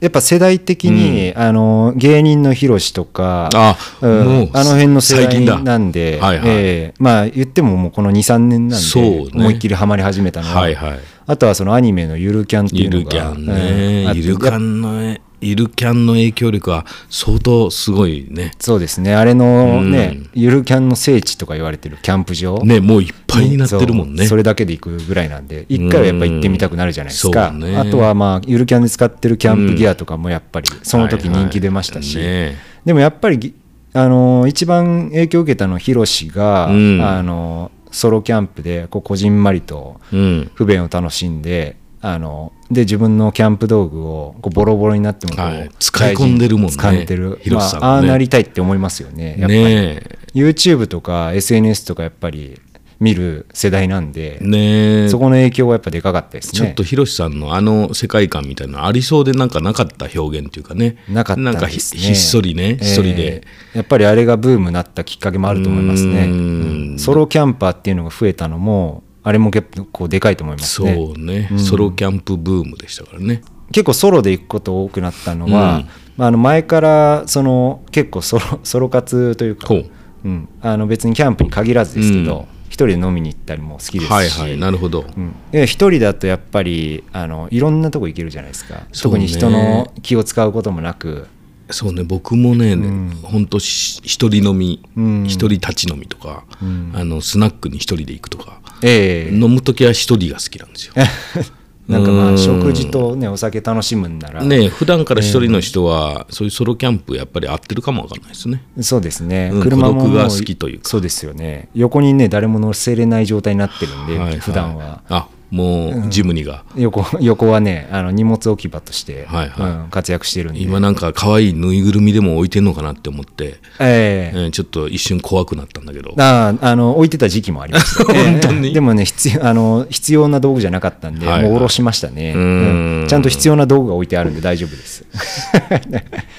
[SPEAKER 2] やっぱ世代的に、あのー芸人のひろしとか
[SPEAKER 1] あ
[SPEAKER 2] うん
[SPEAKER 1] もう
[SPEAKER 2] あの辺の世
[SPEAKER 1] 最近だ
[SPEAKER 2] 代なんで、
[SPEAKER 1] はいはい
[SPEAKER 2] ええまあ言ってももうこの23年なんで、
[SPEAKER 1] そうね
[SPEAKER 2] 思いっきりハマり始めたのは、
[SPEAKER 1] はいはい
[SPEAKER 2] あとはそのアニメの「ゆるキャン」ってい
[SPEAKER 1] ゆ
[SPEAKER 2] うの
[SPEAKER 1] る
[SPEAKER 2] が
[SPEAKER 1] キャンね、
[SPEAKER 2] うんあって
[SPEAKER 1] ゆるキャンのねゆるキャンの影響力は相当すごいね
[SPEAKER 2] そうですねあれのね、
[SPEAKER 1] うん
[SPEAKER 2] ゆるキャンの聖地とか言われてるキャンプ場
[SPEAKER 1] ねもういっぱいになってるもん
[SPEAKER 2] そう
[SPEAKER 1] ね
[SPEAKER 2] それだけで行くぐらいなんで一回はやっぱ行ってみたくなるじゃないですか、
[SPEAKER 1] うんそうね
[SPEAKER 2] あとはまあゆるキャンで使ってるキャンプギアとかもやっぱりその時人気出ましたし、
[SPEAKER 1] はいはいね
[SPEAKER 2] でもやっぱりぎ、あのー一番影響を受けたのはヒロシが、
[SPEAKER 1] うん
[SPEAKER 2] あのーソロキャンプでこうこじんまりと
[SPEAKER 1] うん
[SPEAKER 2] 不便を楽しんであので自分のキャンプ道具をこうボロボロになってもこう、
[SPEAKER 1] はい使い込んでるもんね
[SPEAKER 2] 大事に使えてる、
[SPEAKER 1] ヒロシさんもね
[SPEAKER 2] まあ、ああなりたいって思いますよねやっぱ
[SPEAKER 1] ね
[SPEAKER 2] り
[SPEAKER 1] え
[SPEAKER 2] YouTube とか SNS とかやっぱり見る世代なんで、
[SPEAKER 1] ねえ
[SPEAKER 2] そこの影響はやっぱでかかったです
[SPEAKER 1] ちょ
[SPEAKER 2] ね
[SPEAKER 1] っとひろしさんのあの世界観みたいなのありそうでなんかなかった表現っていうかね
[SPEAKER 2] なかった
[SPEAKER 1] んか
[SPEAKER 2] で
[SPEAKER 1] ひ
[SPEAKER 2] すね
[SPEAKER 1] ひっそりね、
[SPEAKER 2] えー
[SPEAKER 1] ひっそりで
[SPEAKER 2] やっぱりあれがブームになったきっかけもあると思いますね
[SPEAKER 1] うーん
[SPEAKER 2] うんソロキャンパーっていうのが増えたのもあれも結構でかいと思います
[SPEAKER 1] そう
[SPEAKER 2] ね
[SPEAKER 1] ね、
[SPEAKER 2] うん
[SPEAKER 1] ソロキャンプブームでしたからね
[SPEAKER 2] 結構ソロで行くこと多くなったの
[SPEAKER 1] う
[SPEAKER 2] は、
[SPEAKER 1] ん
[SPEAKER 2] まあ、あの前からその結構ソロソロ活というか
[SPEAKER 1] ほう
[SPEAKER 2] うん、あの別にキャンプに限らずですけど、
[SPEAKER 1] うん
[SPEAKER 2] 一人で飲みに行ったりも好きですし、
[SPEAKER 1] はいはいなるほど、
[SPEAKER 2] うんで、一人だとやっぱりあのいろんなとこ行けるじゃないですか、
[SPEAKER 1] そうね
[SPEAKER 2] 特に人の気を使うこともなく
[SPEAKER 1] そうね僕もね、
[SPEAKER 2] うん
[SPEAKER 1] ほんとし一人飲み、
[SPEAKER 2] うん
[SPEAKER 1] 一人立ち飲みとか、
[SPEAKER 2] うん
[SPEAKER 1] あのスナックに一人で行くとか、
[SPEAKER 2] ええ
[SPEAKER 1] 飲む時は一人が好きなんですよ。
[SPEAKER 2] なんかま
[SPEAKER 1] うん
[SPEAKER 2] あ食事とねお酒楽しむんなら、
[SPEAKER 1] ね普段から一人の人は、そういうソロキャンプやっぱり合ってるかもわかんないですね。
[SPEAKER 2] そうですね、
[SPEAKER 1] うん
[SPEAKER 2] 車も
[SPEAKER 1] 孤独が
[SPEAKER 2] もう
[SPEAKER 1] 好きというか
[SPEAKER 2] そうですよね横にね誰も乗せれない状態になってるんで、
[SPEAKER 1] はいはい
[SPEAKER 2] 普段は
[SPEAKER 1] あもうジムニが、
[SPEAKER 2] 横 横はねあの荷物置き場として、
[SPEAKER 1] はいはい
[SPEAKER 2] うん活躍してるんで
[SPEAKER 1] 今なんか可愛いぬいぐるみでも置いてんのかなって思って、
[SPEAKER 2] ええ
[SPEAKER 1] うんちょっと一瞬怖くなったんだけど
[SPEAKER 2] ああの置いてた時期もありました、
[SPEAKER 1] 本当に
[SPEAKER 2] ええでもね必要あの必要な道具じゃなかったんで、
[SPEAKER 1] はいはい
[SPEAKER 2] もう下ろしましたね、
[SPEAKER 1] うーん
[SPEAKER 2] うちゃんと必要な道具が置いてあるんで大丈夫です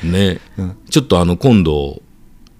[SPEAKER 1] ね、ちょっとあの今度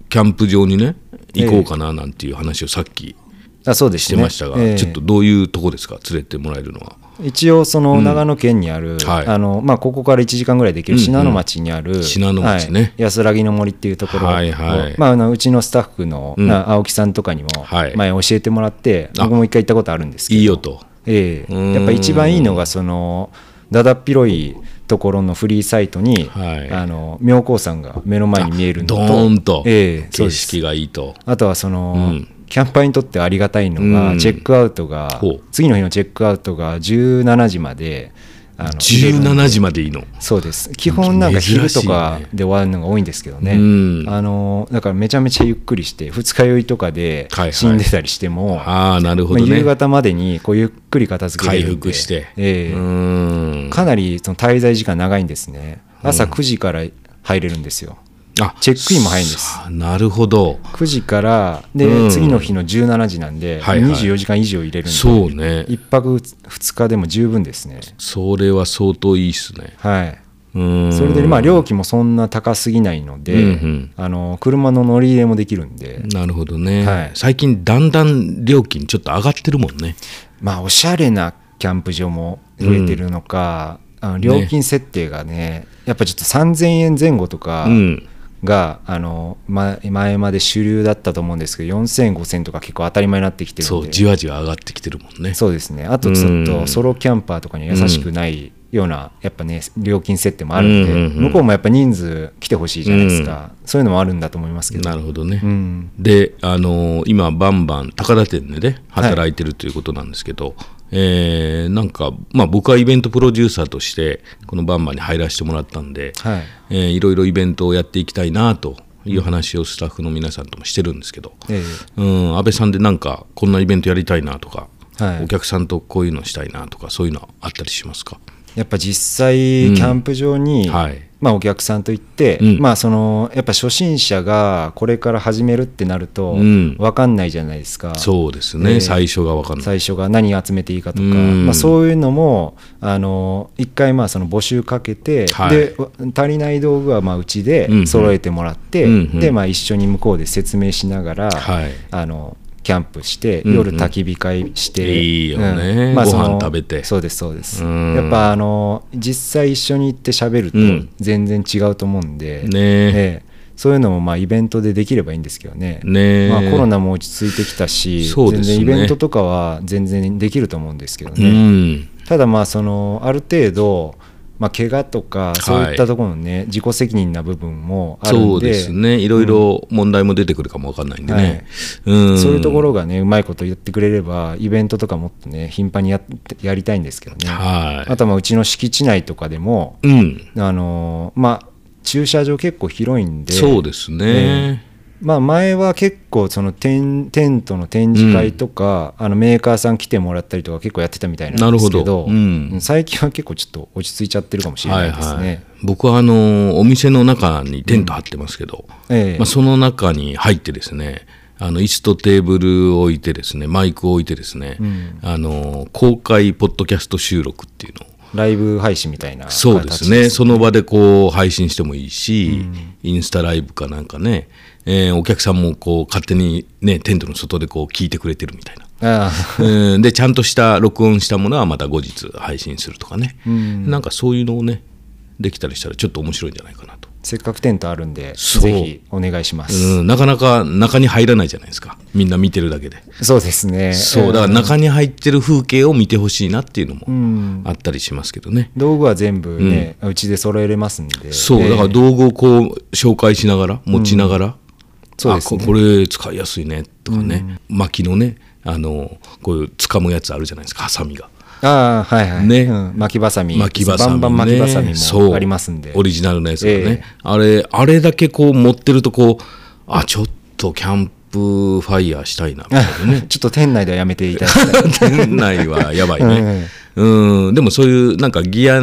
[SPEAKER 1] キャンプ場にね行こうかななんていう話をさっき
[SPEAKER 2] あそうで
[SPEAKER 1] し
[SPEAKER 2] す
[SPEAKER 1] て
[SPEAKER 2] ね
[SPEAKER 1] ましたが、
[SPEAKER 2] ええ
[SPEAKER 1] ちょっとどういうとこですか連れてもらえるのは
[SPEAKER 2] 一応その長野県にある、
[SPEAKER 1] はい
[SPEAKER 2] あのまあ、ここから1時間ぐらいできる
[SPEAKER 1] うんうん
[SPEAKER 2] 信濃町にある
[SPEAKER 1] 信濃町ね
[SPEAKER 2] はい安らぎの森っていうところを、
[SPEAKER 1] はいはい
[SPEAKER 2] まあ、あのうちのスタッフの、
[SPEAKER 1] うん
[SPEAKER 2] な青木さんとかにも
[SPEAKER 1] はい
[SPEAKER 2] 前教えてもらって、
[SPEAKER 1] あ
[SPEAKER 2] 僕も一回行ったことあるんですけ
[SPEAKER 1] い
[SPEAKER 2] ど
[SPEAKER 1] いよと
[SPEAKER 2] ええ
[SPEAKER 1] うーん
[SPEAKER 2] やっぱ一番いいのがそのだだっ広いところのフリーサイトに、
[SPEAKER 1] はい
[SPEAKER 2] あの妙高山が目の前に見えるのと
[SPEAKER 1] あドーンと
[SPEAKER 2] ええそう
[SPEAKER 1] 景
[SPEAKER 2] です
[SPEAKER 1] 色がいいと、
[SPEAKER 2] あとはその、
[SPEAKER 1] うん
[SPEAKER 2] キャンパーにとってありがたいのが、
[SPEAKER 1] うん
[SPEAKER 2] チェックアウトが
[SPEAKER 1] ほう
[SPEAKER 2] 次の日のチェックアウトが17時まであの入れるんで
[SPEAKER 1] 17時までいいの
[SPEAKER 2] そうです基本なんか昼とか
[SPEAKER 1] 珍しいね
[SPEAKER 2] で終わるのが多いんですけどね
[SPEAKER 1] うん
[SPEAKER 2] あのだからめちゃめちゃゆっくりして二日酔いとかで
[SPEAKER 1] はいはい
[SPEAKER 2] 死んでたりしても、
[SPEAKER 1] ああなるほ
[SPEAKER 2] まあ
[SPEAKER 1] どね
[SPEAKER 2] 夕方までにこうゆっくり片付け
[SPEAKER 1] 回
[SPEAKER 2] れるんで
[SPEAKER 1] 復して、
[SPEAKER 2] ええ
[SPEAKER 1] うーん
[SPEAKER 2] かなりその滞在時間長いんですね朝9時から入れるんですよ
[SPEAKER 1] あ
[SPEAKER 2] チェックインも早いんです
[SPEAKER 1] さあなるほど
[SPEAKER 2] 9時からで、
[SPEAKER 1] うん
[SPEAKER 2] 次の日の17時なんで、
[SPEAKER 1] はいはい
[SPEAKER 2] 24時間以上入れるんで
[SPEAKER 1] そうね
[SPEAKER 2] 1泊2日でも十分ですね
[SPEAKER 1] それは相当いいっすね
[SPEAKER 2] はい、
[SPEAKER 1] うーん
[SPEAKER 2] それでまあ料金もそんな高すぎないので、
[SPEAKER 1] うんうん
[SPEAKER 2] あの車の乗り入れもできるんで、
[SPEAKER 1] なるほどね、
[SPEAKER 2] はい
[SPEAKER 1] 最近だんだん料金ちょっと上がってるもんね
[SPEAKER 2] まあおしゃれなキャンプ場も増えてるのか、あの料金設定がねやっぱちょっと3000円前後とか、
[SPEAKER 1] うん
[SPEAKER 2] があのま前まで主流だったと思うんですけど4000、5000とか結構当たり前になってきてる
[SPEAKER 1] そ
[SPEAKER 2] ん
[SPEAKER 1] う
[SPEAKER 2] で
[SPEAKER 1] じわじわ上がってきてるもんね
[SPEAKER 2] そうですねあとちょっ
[SPEAKER 1] う
[SPEAKER 2] と
[SPEAKER 1] ん
[SPEAKER 2] ソロキャンパーとかには優しくないようなやっぱね料金設定もあるんで、
[SPEAKER 1] うんうんうん
[SPEAKER 2] 向こうもやっぱ人数来てほしいじゃないですか、そういうのもあるんだと思いますけど、
[SPEAKER 1] なるほどね、
[SPEAKER 2] うん、
[SPEAKER 1] で、あのー今バンバン高田店でね働いてるということなんですけど、えーなんか、まあ、僕はイベントプロデューサーとしてこのバンバンに入らせてもらったんで、
[SPEAKER 2] はい
[SPEAKER 1] えーいろいろイベントをやっていきたいなという話をスタッフの皆さんともしてるんですけど、
[SPEAKER 2] ええ
[SPEAKER 1] うん、安倍さんでなんかこんなイベントやりたいなとか、
[SPEAKER 2] はい
[SPEAKER 1] お客さんとこういうのしたいなとかそういうのあったりしますか
[SPEAKER 2] やっぱ実際キャンプ場に、
[SPEAKER 1] うんはい
[SPEAKER 2] まあ、お客さんと行って、
[SPEAKER 1] うん
[SPEAKER 2] まあ、そのやっぱ初心者がこれから始めるってなると
[SPEAKER 1] うん
[SPEAKER 2] 分かんないじゃないですか、
[SPEAKER 1] そうですね、
[SPEAKER 2] ええ
[SPEAKER 1] 最初が分かんない。
[SPEAKER 2] 最初が何集めていいかとか、
[SPEAKER 1] うん
[SPEAKER 2] まあ、そういうのもあの一回まあその募集かけて、
[SPEAKER 1] はい
[SPEAKER 2] で足りない道具はまあうち
[SPEAKER 1] うんう
[SPEAKER 2] で
[SPEAKER 1] ん
[SPEAKER 2] 揃えてもらって、
[SPEAKER 1] うんうん
[SPEAKER 2] でまあ、一緒に向こうで説明しながら、
[SPEAKER 1] はい
[SPEAKER 2] あのキャンプして
[SPEAKER 1] うんうん
[SPEAKER 2] 夜焚き火会して、
[SPEAKER 1] いいよね
[SPEAKER 2] その
[SPEAKER 1] ご飯食べて
[SPEAKER 2] そうですそうです
[SPEAKER 1] うん
[SPEAKER 2] やっぱあの実際一緒に行って喋
[SPEAKER 1] う
[SPEAKER 2] る
[SPEAKER 1] ん
[SPEAKER 2] と全然違うと思うんで、
[SPEAKER 1] ね
[SPEAKER 2] ええそういうのもまあイベントでできればいいんですけどね
[SPEAKER 1] ね
[SPEAKER 2] まあ、コロナも落ち着いてきたし、
[SPEAKER 1] そうで
[SPEAKER 2] 全
[SPEAKER 1] すね
[SPEAKER 2] 然イベントとかは全然できると思うんですけど
[SPEAKER 1] う
[SPEAKER 2] ね、
[SPEAKER 1] ん
[SPEAKER 2] ただまあそのある程度、まあ怪我とか
[SPEAKER 1] い
[SPEAKER 2] そういったところのね、自己責任な部分もあるんで
[SPEAKER 1] そうですね、いろいろ問題も出てくるかもわかんないんでね、うん
[SPEAKER 2] そういうところがねうまいこと言ってくれればイベントとかもっとね頻繁にやってやりたいんですけどね、
[SPEAKER 1] はい
[SPEAKER 2] あとはまあうちの敷地内とかでも、
[SPEAKER 1] うん、
[SPEAKER 2] あのーまあ駐車場結構広いんで
[SPEAKER 1] そうですね、
[SPEAKER 2] まあ、前は結構そのテンテントの展示会とか、あのメーカーさん来てもらったりとか結構やってたみたいなんですけど
[SPEAKER 1] なるほどうん
[SPEAKER 2] 最近は結構ちょっと落ち着いちゃってるかもしれないですね。
[SPEAKER 1] 僕はあのお店の中にテント張ってますけど、
[SPEAKER 2] ええ
[SPEAKER 1] まあ、その中に入ってですねあの椅子とテーブルを置いてですねマイクを置いてですね、
[SPEAKER 2] うん
[SPEAKER 1] あの公開ポッドキャスト収録っていうのを
[SPEAKER 2] ライブ配信みたいな形
[SPEAKER 1] そうですね、その場でこう配信してもいいし、インスタライブかなんかね、えーお客さんもこう勝手に、ね、テントの外でこう聞いてくれてるみたい な。
[SPEAKER 2] あ
[SPEAKER 1] うんでちゃんとした録音したものはまた後日配信するとかね、
[SPEAKER 2] うん
[SPEAKER 1] なんかそういうのをねできたりしたらちょっと面白いんじゃないかなと、
[SPEAKER 2] あせっかくテントあるんで
[SPEAKER 1] そう
[SPEAKER 2] ぜひお願いします。
[SPEAKER 1] うん、なかなか中に入らないじゃないですかみんな見てるだけで、
[SPEAKER 2] そうですね
[SPEAKER 1] そうだから
[SPEAKER 2] うん
[SPEAKER 1] 中に入ってる風景を見てほしいなっていうの
[SPEAKER 2] う
[SPEAKER 1] も
[SPEAKER 2] ん
[SPEAKER 1] あったりしますけどね、
[SPEAKER 2] 道具は全部ね、うちで揃えれますんで
[SPEAKER 1] そう、だから
[SPEAKER 2] え
[SPEAKER 1] 道具をこう紹介しながら持ちながら、
[SPEAKER 2] そうですね
[SPEAKER 1] あここれ使いやすいねとかね、薪のねあのこういう掴むやつあるじゃないですかハサミが
[SPEAKER 2] えああはいはい、
[SPEAKER 1] ね
[SPEAKER 2] うん巻きばさみ
[SPEAKER 1] 巻きバサミ、ね、
[SPEAKER 2] バンバン巻きばさみ
[SPEAKER 1] そう
[SPEAKER 2] もありますんで
[SPEAKER 1] オリジナルのやつがね、
[SPEAKER 2] ええ
[SPEAKER 1] あれあれだけこう持ってるとこうあちょっとキャンプファイヤーしたいなみたいなね
[SPEAKER 2] ちょっと店内ではやめていただきたい
[SPEAKER 1] 店内はやばい ねうんでもそういうなんかギア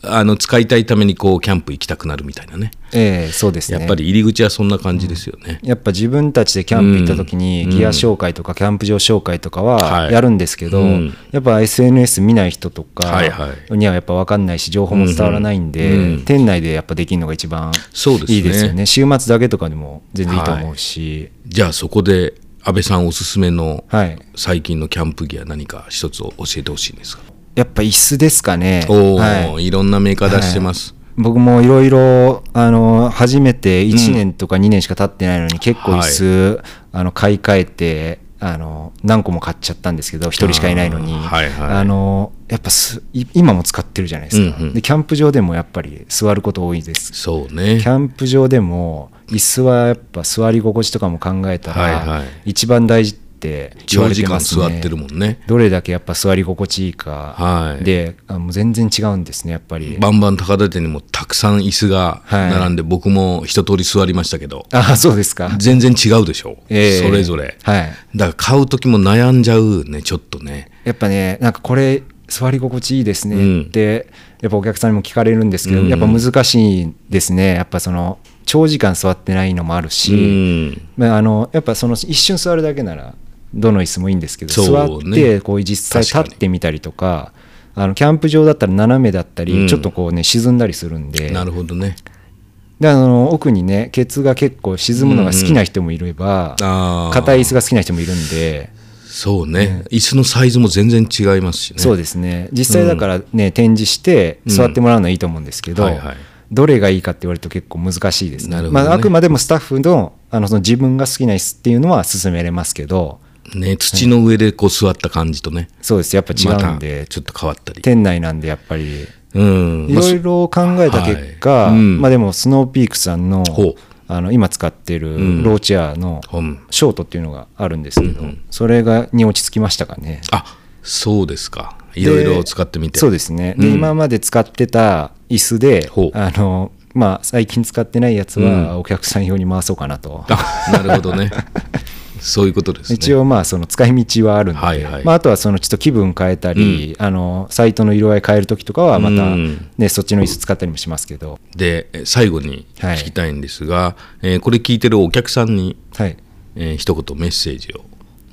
[SPEAKER 1] あの使いたいためにこうキャンプ行きたくなるみたいなね
[SPEAKER 2] ええそうですね
[SPEAKER 1] やっぱり入り口はそんな感じですよね、
[SPEAKER 2] やっぱ自分たちでキャンプ行った時に
[SPEAKER 1] うん
[SPEAKER 2] ギア紹介とかキャンプ場紹介とか
[SPEAKER 1] は
[SPEAKER 2] はいやるんですけど、
[SPEAKER 1] うん
[SPEAKER 2] やっぱ SNS 見ない人とか
[SPEAKER 1] はいはい
[SPEAKER 2] にはやっぱ分かんないし情報も伝わらないんで、
[SPEAKER 1] うんうん
[SPEAKER 2] 店内でやっぱできるのが一番
[SPEAKER 1] そうですね
[SPEAKER 2] いいですよね週末だけとかでも全然いいと思うし、
[SPEAKER 1] じゃあそこで安倍さんおすすめの
[SPEAKER 2] はい
[SPEAKER 1] 最近のキャンプギア何か一つを教えてほしいんですか
[SPEAKER 2] やっぱ椅子ですかね。
[SPEAKER 1] おお、
[SPEAKER 2] はい
[SPEAKER 1] い、ろんなメーカー出してます、
[SPEAKER 2] 僕もいろいろあの初めて1年とか2年しか経ってないのに結構椅子、あの買い替えてあの何個も買っちゃったんですけど1人しかいないのに
[SPEAKER 1] あーはいはい
[SPEAKER 2] あのやっぱすい今も使ってるじゃないですか、
[SPEAKER 1] うんうん
[SPEAKER 2] でキャンプ場でもやっぱり座ること多いです
[SPEAKER 1] そうね
[SPEAKER 2] キャンプ場でも椅子はやっぱ座り心地とかも考えたら、
[SPEAKER 1] はいはい
[SPEAKER 2] 一番大事って言わ
[SPEAKER 1] 長
[SPEAKER 2] れ
[SPEAKER 1] 時
[SPEAKER 2] て
[SPEAKER 1] 間
[SPEAKER 2] ます
[SPEAKER 1] 座
[SPEAKER 2] ね
[SPEAKER 1] ってるもんね
[SPEAKER 2] どれだけやっぱ座り心地いいか、
[SPEAKER 1] はい
[SPEAKER 2] であもう全然違うんですねやっぱり
[SPEAKER 1] バンバン高田店にもたくさん椅子が並んで、僕も一通り座りましたけど
[SPEAKER 2] あそうですか
[SPEAKER 1] 全然違うでしょ、
[SPEAKER 2] ええ
[SPEAKER 1] それぞれ
[SPEAKER 2] はい
[SPEAKER 1] だから買う時も悩んじゃうねちょっとね
[SPEAKER 2] やっぱねなんかこれ座り心地いいですねって、やっぱお客さんにも聞かれるんですけど、
[SPEAKER 1] うん
[SPEAKER 2] やっぱ難しいですねやっぱその長時間座ってないのもある
[SPEAKER 1] う
[SPEAKER 2] し、
[SPEAKER 1] ん
[SPEAKER 2] まあ、あのやっぱその一瞬座るだけならどの椅子もいいんですけど、座
[SPEAKER 1] そう
[SPEAKER 2] っ
[SPEAKER 1] ね
[SPEAKER 2] てこう実際
[SPEAKER 1] 確かに
[SPEAKER 2] 立ってみたりとかあのキャンプ場だったら斜めだったり、
[SPEAKER 1] うん
[SPEAKER 2] ちょっとこうね沈んだりするんで
[SPEAKER 1] なるほどね
[SPEAKER 2] であの奥にねケツが結構沈むのが好きな人もいれば
[SPEAKER 1] ああ
[SPEAKER 2] 硬、い椅子が好きな人もいるんで。
[SPEAKER 1] そうね、椅子のサイズも全然違いますしね
[SPEAKER 2] そうですね実際だからね、展示して座ってもらうのはいいと思うんですけど、
[SPEAKER 1] はいはい
[SPEAKER 2] どれがいいかって言われると結構難しいですね
[SPEAKER 1] なるほどね
[SPEAKER 2] まあ、あくまでもスタッフのあのその自分が好きな椅子っていうのは勧めれますけど
[SPEAKER 1] ね土の上でこう座った感じとね、
[SPEAKER 2] そうですやっぱ違
[SPEAKER 1] ま
[SPEAKER 2] うん
[SPEAKER 1] た
[SPEAKER 2] で、
[SPEAKER 1] ちょっと変わったり
[SPEAKER 2] 店内なんでやっぱり
[SPEAKER 1] うん
[SPEAKER 2] いろいろ考えた結果、
[SPEAKER 1] はいうん
[SPEAKER 2] まあ、でもスノーピークさんの
[SPEAKER 1] ほう
[SPEAKER 2] あの今使って
[SPEAKER 1] うん
[SPEAKER 2] るローチェアの
[SPEAKER 1] うん
[SPEAKER 2] ショートっていうのがあるんですけど、
[SPEAKER 1] うんうん
[SPEAKER 2] それがに落ち着きましたかね。
[SPEAKER 1] あそうですかいろいろ使ってみて
[SPEAKER 2] そうですね、で
[SPEAKER 1] うん
[SPEAKER 2] 今まで使ってた椅子で
[SPEAKER 1] ほう
[SPEAKER 2] あの、まあ、最近使ってないやつ
[SPEAKER 1] う
[SPEAKER 2] はお客さん用に回そうかな と、
[SPEAKER 1] あなるほどね そういうことですね
[SPEAKER 2] 一応まあその使い道はあるので、
[SPEAKER 1] はいはい
[SPEAKER 2] まあ、あとはそのちょっと気分変えたり、あのサイトの色合い変える時とかはまた、
[SPEAKER 1] う
[SPEAKER 2] ね
[SPEAKER 1] ん
[SPEAKER 2] そっちの椅子使ったりもしますけど、
[SPEAKER 1] でえ最後に
[SPEAKER 2] はい
[SPEAKER 1] 聞きたいんですが、えーこれ聞いてるお客さんに、
[SPEAKER 2] はい、
[SPEAKER 1] えー一言メッセージを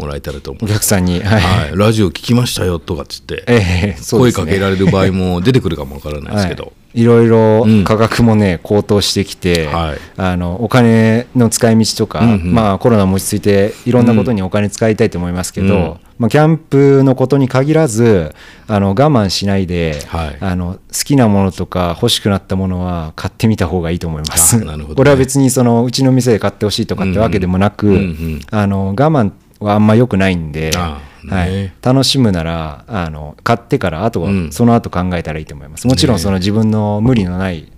[SPEAKER 1] もらえたらと思
[SPEAKER 2] お
[SPEAKER 1] う、
[SPEAKER 2] 客さんに、はい
[SPEAKER 1] はい、ラジオ聞きましたよとかっつって、
[SPEAKER 2] え えそう
[SPEAKER 1] 声
[SPEAKER 2] ですね
[SPEAKER 1] かけられる場合も出てくるかもわからないですけど、
[SPEAKER 2] はい、いろいろ
[SPEAKER 1] うん
[SPEAKER 2] 価格もね、高騰してきて、
[SPEAKER 1] はい
[SPEAKER 2] あのお金の使い道とか、
[SPEAKER 1] うんうん
[SPEAKER 2] まあ、コロナも落ち着いていろんなことにお金使いたいと思いますけど、
[SPEAKER 1] うん
[SPEAKER 2] まあ、キャンプのことに限らずあの我慢しないで、
[SPEAKER 1] はい
[SPEAKER 2] あの好きなものとか欲しくなったものは買ってみた方がいいと思います。
[SPEAKER 1] あなるほどね
[SPEAKER 2] これは別にそのうちの店で買ってほしいとかってわけでもなく、
[SPEAKER 1] うんうんうんうん
[SPEAKER 2] あの我慢はあんま良くないんで、
[SPEAKER 1] ああ
[SPEAKER 2] は
[SPEAKER 1] ね
[SPEAKER 2] い、楽しむならあの買ってからあとは
[SPEAKER 1] うん
[SPEAKER 2] その後考えたらいいと思います、もちろん
[SPEAKER 1] ね
[SPEAKER 2] その自分の無理のない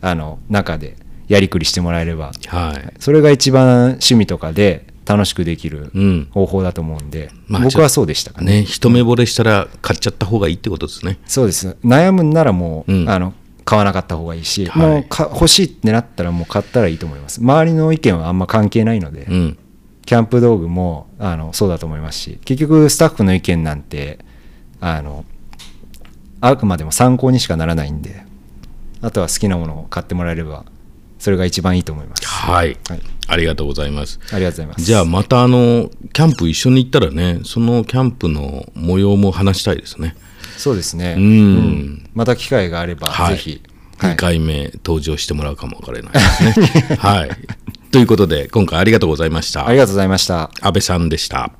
[SPEAKER 2] あの中でやりくりしてもらえれば
[SPEAKER 1] はい
[SPEAKER 2] それが一番趣味とかで楽しくできる
[SPEAKER 1] うん
[SPEAKER 2] 方法だと思うんで、
[SPEAKER 1] まあ
[SPEAKER 2] 僕はそうでしたかね
[SPEAKER 1] ね一目惚れしたら買っちゃった方がいいってことですね
[SPEAKER 2] そうです悩むんならもう、
[SPEAKER 1] うん
[SPEAKER 2] あの買わなかった方がいいし、
[SPEAKER 1] はい
[SPEAKER 2] もうか欲しいってなったらもう買ったらいいと思います周りの意見はあんま関係ないので、
[SPEAKER 1] うん
[SPEAKER 2] キャンプ道具もあのそうだと思いますし結局スタッフの意見なんてあのあくまでも参考にしかならないんであとは好きなものを買ってもらえればそれが一番いいと思います、
[SPEAKER 1] はい、
[SPEAKER 2] はい、
[SPEAKER 1] ありがとうございます
[SPEAKER 2] ありがとうございます
[SPEAKER 1] じゃあまたあのキャンプ一緒に行ったらねそのキャンプの模様も話したいですね、
[SPEAKER 2] そうですね
[SPEAKER 1] うん
[SPEAKER 2] また機会があれば、
[SPEAKER 1] はい
[SPEAKER 2] ぜひ、
[SPEAKER 1] 二2回目登場してもらうかもわからない ですねはいということで今回ありがとうございました
[SPEAKER 2] ありがとうございました
[SPEAKER 1] 安倍さんでした